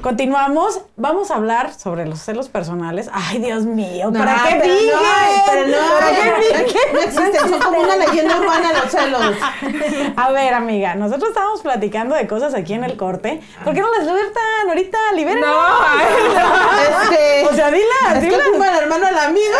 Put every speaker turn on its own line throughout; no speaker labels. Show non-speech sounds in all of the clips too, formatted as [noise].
Continuamos. Vamos a hablar sobre los celos personales. Ay, Dios mío,
No,
¿para qué
pero
dije?
no, pero no,
¿Para qué
no,
dije?
no existe, son como una leyenda urbana
[laughs]
los celos.
A ver, amiga, nosotros estábamos platicando de cosas aquí en el corte. ¿Por qué no las libertan ahorita? Libérenlas.
Este,
O sea, dilas,
es que
dilas.
ocupa el hermano del amigo.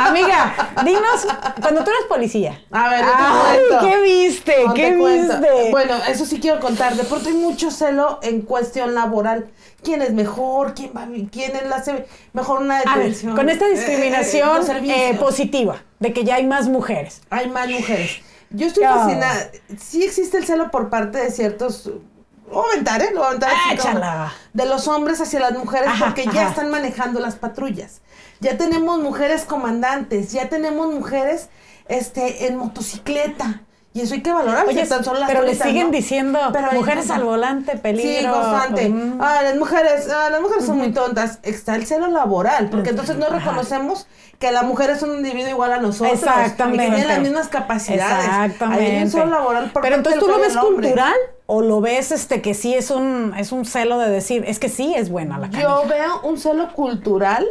Amiga, dinos, cuando tú eras policía.
A ver, yo te
Ay,
cuento.
¿qué viste?
No
¿Qué
te cuento.
viste?
Bueno, eso sí quiero contar. De pronto hay mucho celo en cuestión laboral. ¿Quién es mejor? ¿Quién va ¿Quién enlace mejor una
A ver,
detención?
con esta
Eh, eh, eh,
discriminación
los servicios.
eh, positiva, de que ya hay más mujeres.
hay más mujeres. Yo estoy
Yo.
fascinada. Sí existe el celo por parte de ciertos. Lo voy a aventar, ¿eh? Lo voy a aventar así como-
Échala.
De los hombres hacia las mujeres
Ajá,
porque ya
ajá.
están manejando las patrullas. Ya tenemos mujeres comandantes, ya tenemos mujeres este, en motocicleta. Y eso hay que valorar.
Oye,
si tan solo las
pero le
tres,
siguen
¿no?
diciendo
Pero hay-
mujeres al volante, peligro.
Sí, constante.
Mm.
Ah, las mujeres, ah, las mujeres son muy tontas. Está el celo laboral, porque entonces no
Ajá.
reconocemos que la mujer es un individuo igual a nosotros.
Exactamente.
Y que tiene las mismas capacidades.
Exactamente.
Hay un celo laboral por
Pero
parte
entonces
del
tú lo
cual
ves
el hombre.
cultural o lo ves este que sí es un es un celo de decir, es que sí es buena la canija.
Yo veo un celo cultural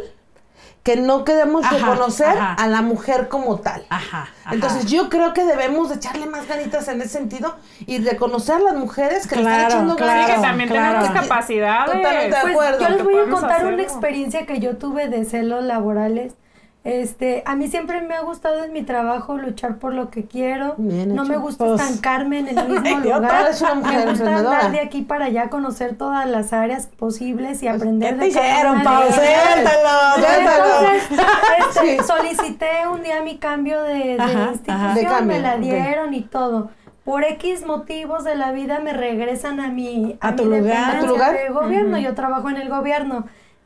que no queremos
Ajá,
reconocer
ajá.
a la mujer como tal.
Ajá, ajá.
Entonces yo creo que debemos de echarle más ganitas en ese sentido y reconocer a las mujeres que le
Claro,
están echando
claro.
ganas.
Sí,
que también
claro.
tenemos capacidades.
Totalmente.
Pues
acuerdo,
yo
que
les voy a
podemos
contar
hacerlo.
una experiencia que yo tuve de celos laborales. Este, a mí siempre me ha gustado en mi trabajo luchar por lo que quiero.
Bien
no
hecho.
me gusta
Pues,
estancarme en el mismo
idiota,
lugar.
eres una mujer
me gusta
emprendedora.
andar de aquí para allá, conocer todas las áreas posibles y
¿Qué
aprender
te
de cada
hicieron,
una de
Pau?
ellas.
Suéltalo, suéltalo.
Entonces,
[laughs]
este,
Sí.
solicité un día mi cambio de, de
Ajá, ajá.
institución,
De cambio,
me la
ok.
dieron y todo. Por X motivos de la vida me regresan a mi,
A
mi
tu lugar.
¿A tu lugar?
de gobierno. Yo trabajo en el gobierno.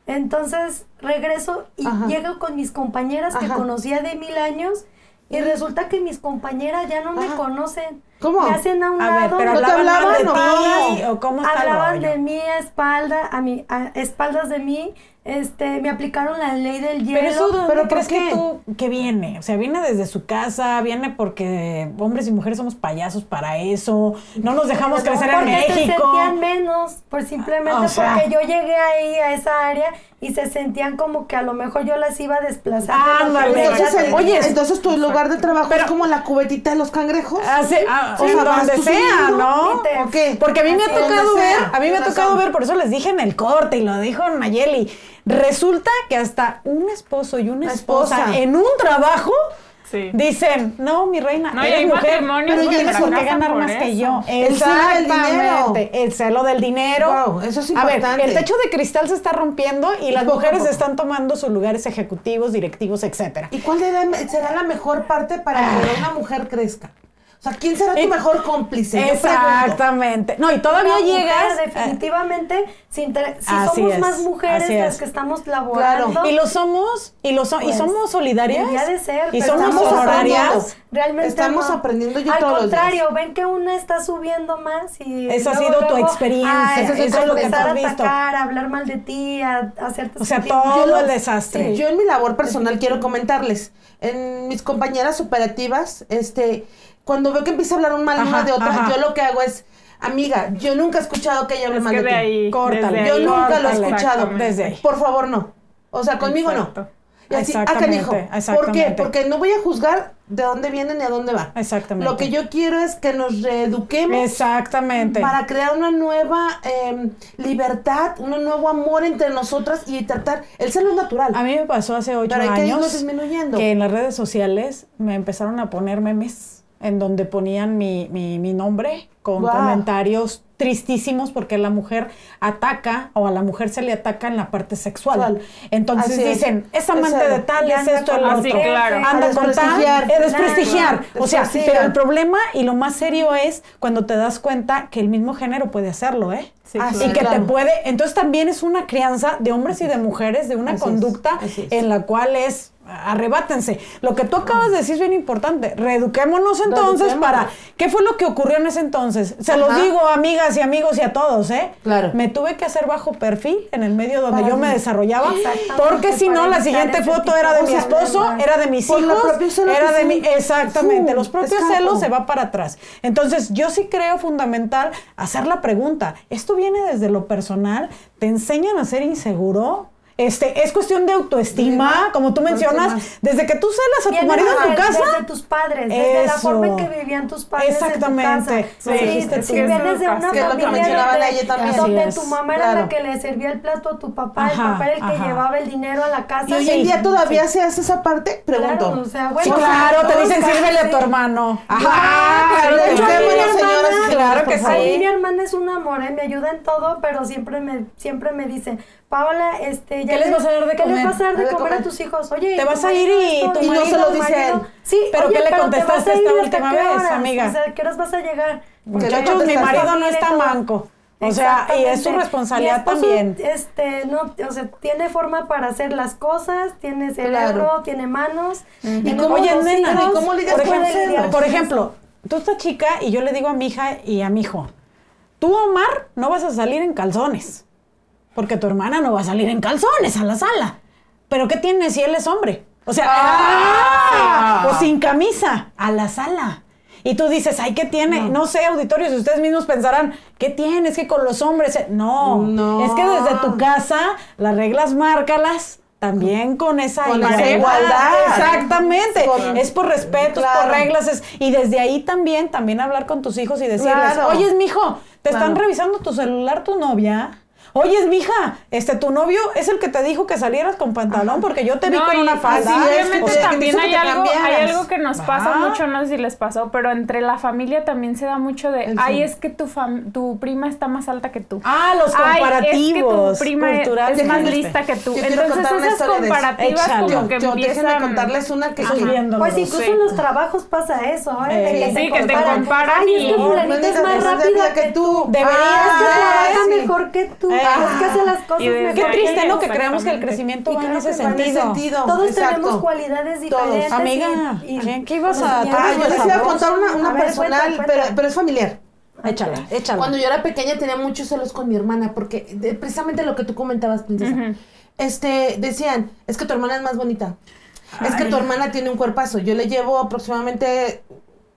Entonces regreso y
Ajá.
llego con mis compañeras que
Ajá.
conocía de mil años y resulta que mis compañeras ya no me
Ajá.
conocen.
¿Cómo?
Me hacen a un
A ver,
lado.
pero
¿No te
hablaban
hablaban
mal de
o
ti
cómo?
o cómo está el
Hablaban
rollo?
de mi espalda, a mi a espaldas de mí, este, me aplicaron la ley del hielo.
Pero eso, ¿dónde
¿Pero por
crees que
qué?
tú que viene? O sea, viene desde su casa, viene porque hombres y mujeres somos payasos para eso, no nos dejamos crecer en
porque se
México.
sentían menos, por simplemente
Ah, O sea.
porque yo llegué ahí a esa área y se sentían como que a lo mejor yo las iba a desplazar. de lo que
Ándale.
yo
Entonces,
ya
el-
tenía.
Oye,
entonces tu lugar de trabajo es como la cubetita de los cangrejos.
Así, ah,
O sea,
en
vas
donde
tú
sea,
subiendo,
¿no?
vete.
¿O qué?
Porque a mí me ha
Así, donde
tocado ver,
sea,
a mí me ha
tienes
tocado
razón.
ver, por eso les dije en el corte y lo dijo Nayeli. Resulta que hasta un esposo y una
La
esposa,
esposa.
en un trabajo
Sí.
dicen, no, mi reina,
No, y
eres
hay
mujer,
matrimonios
pero
que
tienes por qué
fracasan
ganar
por
más que
eso.
yo.
El celo del
Exactamente, el celo del dinero.
Wow, eso es
A
importante.
ver, el techo de cristal se está rompiendo y las
Poco a
mujeres
poco.
están tomando sus lugares ejecutivos, directivos, etcétera.
¿Y cuál era- será la mejor parte para que una mujer crezca? O sea, ¿quién será
Eh,
tu mejor cómplice? Yo pregunto.
Exactamente. No, y todavía
Una mujer,
llegas. eh,
definitivamente, si, inter- si
así
somos
es,
más mujeres
así es.
las que estamos laborando.
Claro.
Y lo somos, y lo so- y
pues,
somos solidarias.
debería de ser,
y
pero
somos
estamos aprendiendo.
honorarias.
Realmente
Estamos
no.
aprendiendo yo
Al
todos los días.
contrario, ven que una está subiendo más y
Esa ha
luego,
sido tu
luego,
experiencia,
ay,
eso es
empezar
lo que tú
has
a
visto.
atacar, a hablar mal de ti, a, a hacerte
O sea,
sentir
todo
mal.
el desastre.
Yo en mi labor personal quiero comentarles, en mis compañeras operativas, este, cuando veo que empieza a hablar un mal una
Ajá,
de otra,
ajá.
yo lo que hago es, amiga, yo nunca he escuchado que ella hable
Es
mal
que
de
de
ti.
ahí.
Córtale.
desde
Yo
ahí,
nunca lo he
córtale.
escuchado.
Exactamente.
Desde ahí.
Por favor, no. O sea, conmigo
Exacto.
no. Y así, ah,
Exactamente,
canijo. ¿Por
exactamente.
qué? Porque no voy a juzgar de dónde viene ni a dónde va.
Exactamente.
Lo que yo quiero es que nos reeduquemos
Exactamente.
para crear una nueva eh, libertad, un nuevo amor entre nosotras y tratar. El celo es natural.
A mí me pasó hace ocho
Pero hay que irnos
años
disminuyendo.
que en las redes sociales me empezaron a poner memes en donde ponían mi, mi- mi nombre con
Guau.
comentarios tristísimos porque la mujer ataca o a la mujer se le ataca en la parte sexual.
Sexual.
Entonces
Así es.
dicen, es amante
Exacto.
de tal,
Y
es
anda
esto, el
con-
otro.
Ah, sí, claro.
Anda
A
con tal,
desprestigiar.
eh, desprestigiar.
Claro.
O sea,
Desprestigiar.
pero el problema y lo más serio es cuando te das cuenta que el mismo género puede hacerlo, ¿eh?
Sí,
Ah,
claro.
y que te
claro.
puede. Entonces también es una crianza de hombres y de mujeres, de una
Así es,
conducta
así es.
en la cual es arrebátense. Lo que tú acabas de decir es bien importante. Reeduquémonos entonces
Reeduquémonos.
para. ¿Qué fue lo que ocurrió en ese entonces? Se los
Ajá.
digo, amigas y amigos y a todos, ¿eh?
Claro.
Me tuve que hacer bajo perfil en el medio donde
Para
yo me
mí.
desarrollaba,
Exactamente,
porque si
para
no, la
evitar
siguiente
ese
foto
tipo
era
de
de mi esposo,
problemas.
era de mis
Por los
hijos,
propios celos
era
que uh,
de mi.
sienten.
Exactamente,
Fum,
los propios
escapo.
celos se va para atrás. Entonces, yo sí creo fundamental hacer la pregunta. ¿Esto viene desde lo personal? ¿Te enseñan a ser inseguro? Este, es cuestión de autoestima,
Autoestima,
como tú mencionas,
autoestima.
desde que tú celas a tu
Viene
marido en tu
desde-
casa.
Desde tus padres, desde la
Eso.
forma en que vivían tus padres.
Exactamente.
En tu casa.
Sí,
Sí,
dijiste
si
tú.
vienes de una
Que es lo que
familia
mencionaba
donde,
Naya también.
donde
Así es,
tu mamá era
claro.
la que le servía el plato a tu papá,
Ajá,
el papá era el que
ajá.
llevaba el dinero a la casa.
Y hoy en
Sí.
día todavía se hace esa parte, pregunto.
Claro, o sea, bueno,
Sí,
o sea,
claro, te
todos
dicen
casi,
sírvele a
sí.
tu hermano.
Ajá,
claro
claro,
que sí.
claro,
Bueno, señoras
mi
y
hermana,
señores,
claro
por
que
favor.
sí. Pues Mi hermana es un amor, ¿eh? me ayuda en todo, pero siempre me, siempre me dice, Paola, este, ya
¿Qué les vas a dar de
¿qué les
comer?
vas a dar de
De
comer,
comer.
a tus hijos? Oye,
Te
¿tu
vas a
marido
ir y
esto?
tu Y no marido,
se lo
tu
dice
marido.
él.
Sí,
¿Pero
oye,
qué le
pero te
contestaste
vas a
esta
ir, ¿hasta
última
qué
vez,
horas?
amiga?
O sea, ¿qué horas vas a llegar? Porque
Muchachos, mi
contestaste.
marido no
Mire,
está
todo.
manco. O sea, y es su
Exactamente.
responsabilidad
Mi esposo,
también.
Este, no, o sea, tiene forma para hacer las cosas, tiene cerebro,
Claro.
tiene manos.
¿Y
tiene
cómo-
dos
Oye,
los
nena,
hijos,
¿y cómo lidias
por
con
ejemplo,
celos?
lidiar
Por ejemplo, tú estás chica y yo le digo a mi hija y a mi hijo, tú, Omar, no vas a salir en calzones, porque tu hermana no va a salir en calzones a la sala. Pero ¿qué tiene si él es hombre? O sea,
Ah.
¡ah! o sin camisa a la sala. Y tú dices, ay, ¿qué tiene? No, sé, auditorios, ustedes mismos pensarán, ¿qué tiene? Es que con los hombres... eh, No,
No.
es que desde tu casa las reglas márcalas también con esa
Con esa
igualdad.
igualdad.
Exactamente.
Con-
es por respeto, es por
Claro.
reglas. es- y desde ahí también, también hablar con tus hijos y decirles,
Claro.
oye, mijo, te están
Claro.
revisando tu celular tu novia. Oye, mija, este, tu novio es el que te dijo que salieras con pantalón porque yo te vi
No,
con
y-
una falda.
y
es,
obviamente
o sea, que
también
tú
hay
te
algo, hay
cambiaras.
algo que nos pasa
Ajá.
mucho, no sé si les pasó, pero entre la familia también se da mucho de,
El
ay,
sí.
es que tu, fam- tu prima está más alta que tú.
Ah, los
Ay,
comparativos
es que tu prima es-
culturales.
es más
Déjame-
lista que
Yo
tú.
quiero
Entonces
contar una
esas
historia de eso.
comparativas
Échalo.
como
yo,
que
déjenme
empiezan-
contarles una que, que-
Subiéndolos.
Pues incluso
Sí.
en los trabajos pasa eso, ¿eh?
Eh,
sí, que te comparan
Ay, es
y-
que fulanita es
Fulanita
más rápida que tú.
Deberías
Ah, es que
Ah,
trabaja
sí.
mejor que tú.
Eh.
Es que hace las cosas
Ah. Y desde
mejor.
Qué
ahí,
que
triste,
yo.
¿no? Que creamos que el
exactamente.
crecimiento
Y
va en
creo
ese
que va en ese
sentido.
sentido. Este
Todos
Exacto.
tenemos cualidades diferentes.
Todos. Amiga,
y- y-
¿quién- qué ibas a-
enseñanzas
Ah, yo les iba a
sabrosos.
contar una, una
A ver,
personal,
cuenta, cuenta.
Pero, pero es familiar.
Échala, échala.
Cuando yo era pequeña tenía muchos celos con mi hermana, porque de- precisamente lo que tú comentabas, princesa. Este, decían, es que tu hermana es más bonita. Es que tu hermana tiene un cuerpazo. Yo le llevo aproximadamente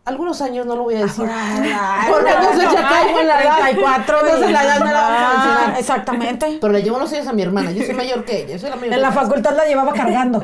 algunos años, no lo voy a decir. [laughs] Porque entonces ya caigo en la edad.
34
Entonces la edad no la vamos a
Ah,
mencionar.
Exactamente.
Pero le llevo unos años a mi hermana. Yo soy mayor que ella. Yo soy la mayor.
En la facultad la llevaba cargando.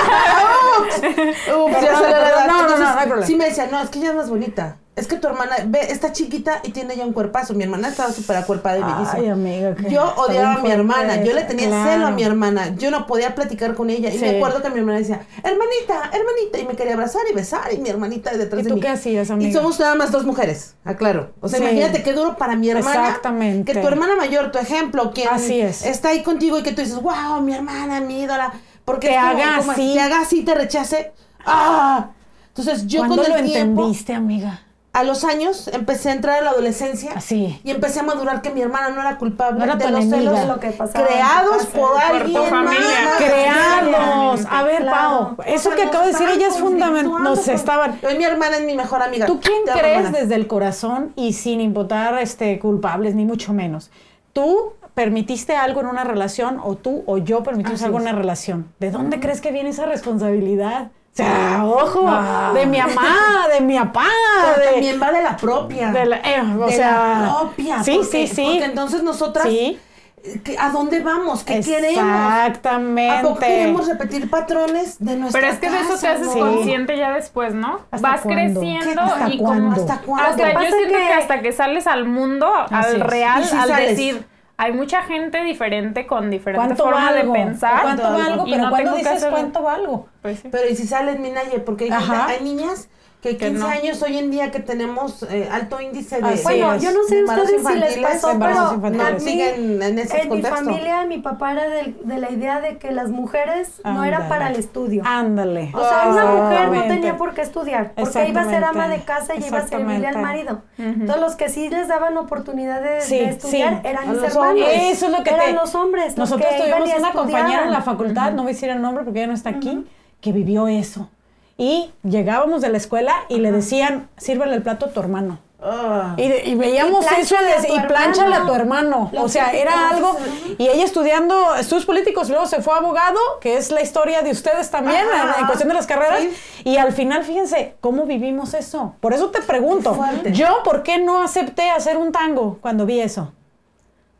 Ups, ups, ya se la
Perdón,
edad.
no, no, no,
Entonces,
no hay problema.
Sí me decía, no, es que ella es más bonita. Es que tu hermana, ve, está chiquita y tiene ya un cuerpazo. Mi hermana estaba súper acuerpada y bellísima.
Ay, amiga, que
yo
está
odiaba a mi
bien
hermana.
fuerte.
Yo le tenía
Claro.
celo a mi hermana. Yo no podía platicar con ella. Y
Sí.
me acuerdo que mi hermana decía, hermanita, hermanita. Y me quería abrazar y besar. Y mi hermanita detrás
¿Y
de
tú
mí.
qué hacías, amiga?
Y somos nada más dos mujeres, aclaro. O sea,
Sí.
imagínate qué duro para mi hermana.
Exactamente.
Que tu hermana mayor, tu ejemplo, quien
Así es.
está ahí contigo y que tú dices, wow, mi hermana, mi ídola. Porque
Te
es como-
haga
como
así.
Te haga así, te rechace. ¡Ah! Entonces yo con
¿Cuándo
el
lo
tiempo,
entendiste, amiga?
a los años, empecé a entrar a la adolescencia.
Así.
Y empecé a madurar que mi hermana no era
Ah,
culpable
No era
de
tu
los
enemiga.
celos
De
lo que pasaba
creados
en tu casa,
por
por
tu
alguien
familia.
más.
Creados. A ver,
Claro.
Pau, eso
O sea,
que
nos
acabo de decir
estaban
ella es fundamental.
conflictuando
Nos
con-
estaban.
Hoy mi hermana es mi mejor amiga.
¿Tú quién
Te amo,
crees
hermana.
desde el corazón y sin importar este, culpables, ni mucho menos? ¿Tú permitiste algo en una relación o tú o yo permitimos
Así
algo en
es. Mm.
una relación? ¿De dónde crees que viene esa responsabilidad? O sea, ojo, de mi mamá, de mi papá,
Ah. Pero
de,
también va de la propia.
de la, eh, o
de
sea,
la propia.
sí, sí,
porque-
sí.
Porque entonces nosotras,
Sí.
eh, que- ¿a dónde vamos? ¿Qué queremos?
Exactamente.
¿A poco queremos repetir patrones de nuestra
Pero es que de eso te
casa,
haces
no?
consciente ya después, ¿no?
¿Hasta
Vas
cuándo?
creciendo
¿Qué- hasta
y
cuándo?
como...
¿Hasta cuándo?
hasta-
Lo que pasa
yo siento
que-
que hasta que sales al mundo,
Así
al
es.
real,
Y sí
al
sales.
decir, hay mucha gente diferente con diferente
¿Cuánto
forma
valgo?
de pensar.
¿Cuánto valgo?
Y
Pero
no
cuando
tengo que
dices
hacer-
cuánto valgo.
Pues sí.
Pero y si sales, mi Naye, porque hay, gente-
Ajá.
hay niñas que 15
Que no.
años hoy en día que tenemos eh, alto índice de.
Así
Bueno,
es.
yo no sé
Embarazos
ustedes si les
infantiles,
pasó,
embarazos
pero
infantiles.
a mí,
Siguen en ese
mi
contexto.
familia, mi papá era del- de, la idea de que las mujeres no
Ándale.
era para el estudio.
Ándale.
O sea, una mujer no
Exactamente.
tenía por qué estudiar, porque iba a ser ama de casa y iba a servirle
Exactamente.
al marido. Entonces, los que sí les daban oportunidad de, de
Sí,
estudiar
sí.
eran
A
mis
los
hermanos.
hombres. Eso es lo que
eran
te-
los hombres. los
Nosotros
que iban
tuvimos
y
una
estudiaban.
compañera en la facultad, no voy a decir el nombre porque ella no está aquí, que vivió eso. Y llegábamos de la escuela y le decían, sírvele el plato a tu hermano.
Ah.
Y, de- y veíamos
Y
eso
plánchale a
de-
tu
y planchale a
hermano.
tu hermano.
Lo
o sea,
que-
era
lo que
algo.
se-
Y ella estudiando estudios políticos, luego se fue a abogado, que es la historia de ustedes también
Ajá.
en, en cuestión de las carreras.
Sí.
Y al final, fíjense, ¿cómo vivimos eso? Por eso te pregunto,
Qué fuerte.
yo, ¿por qué no acepté hacer un tango cuando vi eso?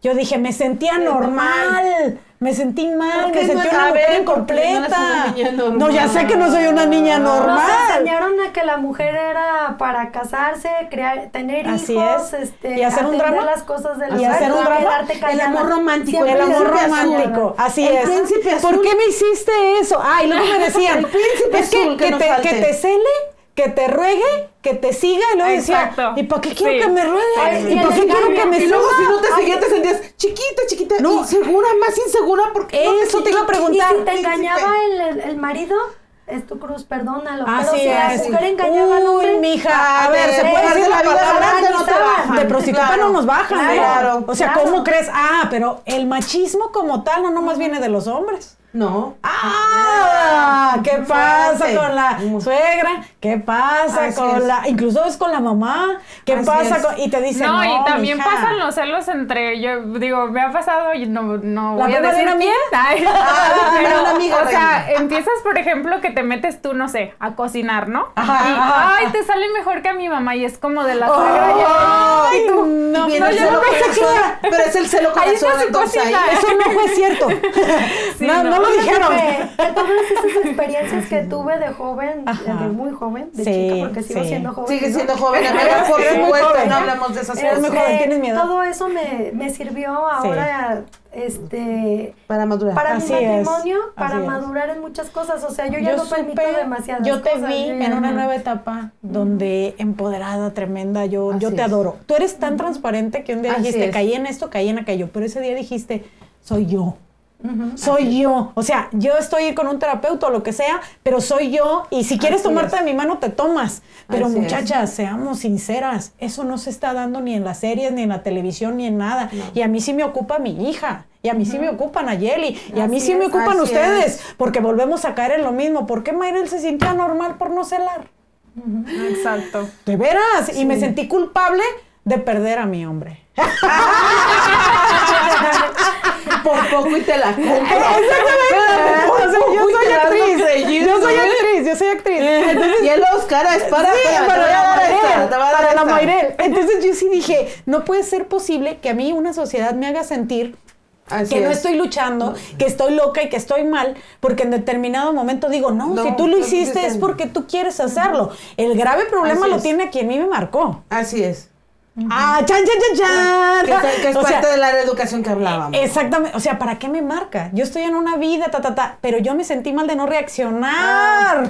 Yo dije, me sentía normal. Me sentí mal,
¿Por
me
qué
sentí
no-
una
a
mujer
ver, ¿por qué no eres
incompleta.
una niña normal?
No, ya sé que no soy una niña
Nos
normal.
Nos enseñaron a que la mujer era para casarse, crear, tener
Así
hijos,
es.
este,
¿Y hacer un
atender
drama?
las cosas de la
¿Y
casa,
hacer un
no
drama?
quedarte
El
callada.
amor romántico.
Siempre
El amor
príncipe azul.
romántico, así
El
es.
príncipe azul.
¿Por qué me hiciste eso? Ay, luego me decían,
[laughs] El príncipe
es que,
azul que
que
no
te,
falte.
que te cele, que te ruegue, que te siga, y luego decía,
Exacto.
¿y para qué quiero
Sí.
que me ruegue?
Ay,
¿Y
y
para
el
qué quiero
cambio.
que me
Y luego si no
suba?
te seguía, te sentías chiquita, chiquita,
No.
insegura, más insegura porque no
Eso te
seguía.
iba a
Y
preguntar.
si te engañaba
príncipe.
el, el- el marido, es tu cruz, perdónalo.
Así
Pero si la
es.
mujer engañaba al hombre,
Uy, mija, a ver, se
de-
puede
de
decir la
la vida
palabra
grande no te bajan.
De prostituta
Claro,
no nos bajan, ¿eh?
claro,
O sea,
claro.
¿cómo crees? Ah, pero el machismo como tal no nomás viene de los hombres.
No.
¡Ah! ¿Qué
Muy
pasa
fuerte.
con la
Muy-
suegra? ¿Qué pasa
Así
con
es.
la.? Incluso es con la mamá. ¿Qué
Así
pasa
es.
con.? Y te dicen. No,
No, y también
mija".
pasan los celos entre, yo digo, me ha pasado, y no, no
¿La
voy a
culpa de
decir
una amiga?
quién. Ay,
Ah,
pero,
de una amiga,
o sea,
reina.
empiezas, por ejemplo, que te metes tú, no sé, a cocinar, ¿no?
Ajá,
Y,
ajá,
ay,
ajá.
te sale mejor que a mi mamá, y es como de
Oh.
la suegra. ya,
¡Ay,
ay,
tú!
tú.
No,
Y viene
no, yo
el celo
no pensé que
corazón,
era-
Pero es el celo
Ahí está
corazón,
su
entonces ahí.
cocina.
Eso no fue cierto.
[laughs] Sí,
no, no,
no.
lo dijeron. [laughs]
De todas esas experiencias que tuve de joven,
Ajá.
de muy joven, de
Sí,
chica, porque sigo
sí.
siendo joven.
Sigue
¿no?
siendo joven, amiga,
Eres-
por
eres muy
supuesto,
joven.
no hablamos de esas
Eres muy
cosas.
joven, tienes mi edad.
Este, Todo eso me, me sirvió ahora este
Para madurar.
para
Así
mi
es,
matrimonio, para
así es.
madurar en muchas cosas. O sea, yo ya no permito
supe-
demasiadas
Yo te
cosas,
vi
yo ya
en una
no.
nueva etapa donde empoderada, tremenda, yo, yo
Así
te
es.
adoro. Tú eres tan transparente que un día
Así
dijiste,
es.
caí en esto, caí en aquello, pero ese día dijiste, soy yo. Soy yo, o sea, yo estoy con un terapeuta o lo que sea, pero soy yo y si quieres
Así
tomarte
es.
de mi mano te tomas. Pero
Así es.
muchachas, seamos sinceras, eso no se está dando ni en las series, ni en la televisión, ni en nada. Y a mí sí me ocupa mi hija, y a mí sí me ocupan Nayeli, y a mí
Así
sí me
es,
ocupan
así
ustedes. Porque volvemos a caer en lo mismo. ¿Por qué Mayrel se sintió anormal por no celar?
Exacto.
De veras. Y me sentí culpable de perder a mi
[laughs]
hombre. [laughs]
Por poco y
[laughs]
te la compro.
Exactamente. O sea, yo
Uy,
soy
te la ando
actriz.
creyendo,
Yo soy
¿eh?
actriz, yo soy actriz. Entonces,
Y el Oscar es para,
Eh. Sí,
espera, te
para
voy a
la
dar esta,
Mayrel,
te voy a dar
para la
esta.
Mayrel. Entonces yo sí dije, no puede ser posible que a mí una sociedad me haga sentir
Así
que no
es.
estoy luchando, que estoy loca y que estoy mal, porque en determinado momento digo, no,
No,
si tú lo
no
hiciste es
existen.
porque tú quieres hacerlo. El grave problema
Así
lo
es.
tiene quien a mí me marcó.
Así es.
¡Ah, chan, chan, chan,
Que
chan!
es, que es
O sea, eh,
parte de la reeducación que hablábamos.
Exactamente, o sea, ¿para qué me marca? Yo estoy en una vida, ta, ta, ta, pero yo me sentí mal de no reaccionar.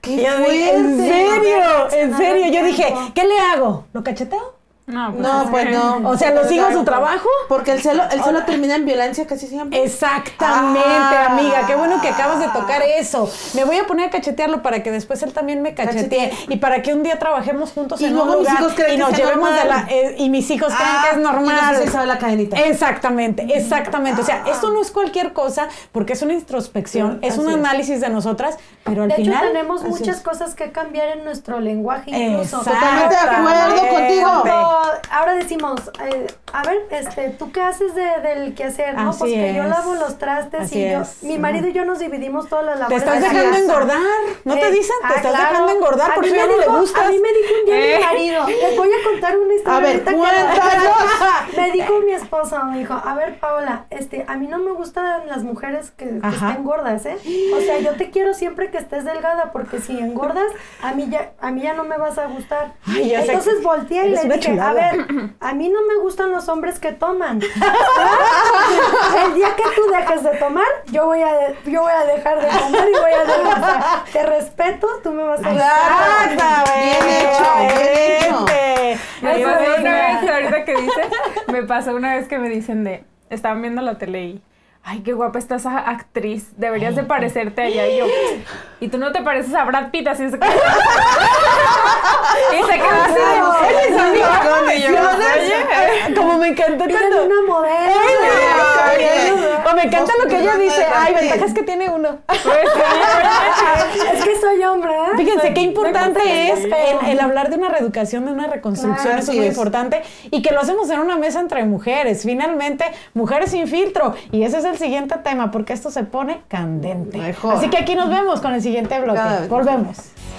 ¡Qué
Y yo dije, en
Ah, fuerte!
serio,
reaccionar
en serio.
a
Yo dije,
tiempo.
¿qué le hago? ¿Lo cacheteo?
No, pues
No, pues no.
O sea, ¿lo sigo a su
Exacto.
trabajo? Eh,
Porque el celo, el celo termina en violencia casi siempre.
Exactamente,
Ah.
amiga. Qué bueno que acabas de tocar eso. Me voy a poner a cachetearlo para que después él también me cachetee y para que un día trabajemos juntos
Y
en un
luego mis
lugar
hijos creen
y
que
nos
sea
llevemos de la
normal.
eh, y mis hijos creen
Ah,
que es
Y
normal. Eh,
no sé si sabe la Mm. cadenita.
Exactamente, exactamente. O sea, esto no es cualquier cosa porque es una introspección,
Sí,
es un
así es.
análisis de nosotras, pero al
De hecho,
final.
tenemos
así
muchas
es.
cosas que cambiar en nuestro lenguaje incluso.
Exactamente.
Totalmente de acuerdo contigo.
Cuando ahora decimos, eh, a ver, este, ¿tú qué haces de- del quehacer? No,
Así
pues que yo
es.
lavo los trastes
Así
y yo,
es.
mi marido y yo nos dividimos todas las
Te
labores.
estás
de la
dejando
casa.
engordar. ¿No te
Eh,
dicen? Te
ah,
estás
claro.
dejando engordar
A
por
mí
eso ya
me
no le
dijo-
gustas.
A mí me dijo un día
Eh.
mi marido, les voy a contar una historia.
A ver,
ahorita que-
cuéntanos.
[laughs] Me dijo mi esposo, me dijo, a ver, Paola, este, a mí no me gustan las mujeres que, que
Ajá.
estén gordas, ¿eh? O sea, yo te quiero siempre que estés delgada, porque si engordas, a mí ya, a mí ya no me vas a gustar.
Ay, ya sé.
Entonces volteé y
Eres
le
una
dije,
chulada.
a ver, a mí no me gustan los hombres que toman. El día que tú dejes de tomar, yo voy a, yo voy a dejar de tomar y voy a dejar Te respeto, tú me vas a
pues, ah,
Claro.
respetar.
Exactamente.
Bien hecho, bien hecho.
Excelente.
Me
Eso
pasó
es
una
una-
vez, ahorita que dice, me pasó una vez que me dicen de, estaban viendo la tele y, ay, qué guapa está esa actriz, deberías de parecerte a ella. Y yo, y tú no te pareces a Brad Pitt, así es que... y se quedó así de,
Ay,
"Oye, amigo",
no,
y yo,
no, no,
"Oye".
Como me encantó
Pídele
cuando.
una modelo.
Ay,
Ay,
ay,
ay,
ay. Pero me encanta
Nos
lo que ella
curvando
dice.
de
Ay,
repente.
ventajas que tiene uno.
Pues sí, ¿verdad?
Es que soy hombre, ¿eh?
Fíjense qué importante es
contagias,
el,
pero-
el hablar de una reeducación, de una reconstrucción,
Claro,
eso es
así
muy
es.
importante, y que lo hacemos en una mesa entre mujeres, finalmente, mujeres sin filtro, y ese es el siguiente tema, porque esto se pone candente.
Mejor.
Así que aquí nos vemos con el siguiente bloque.
Cada vez.
Volvemos.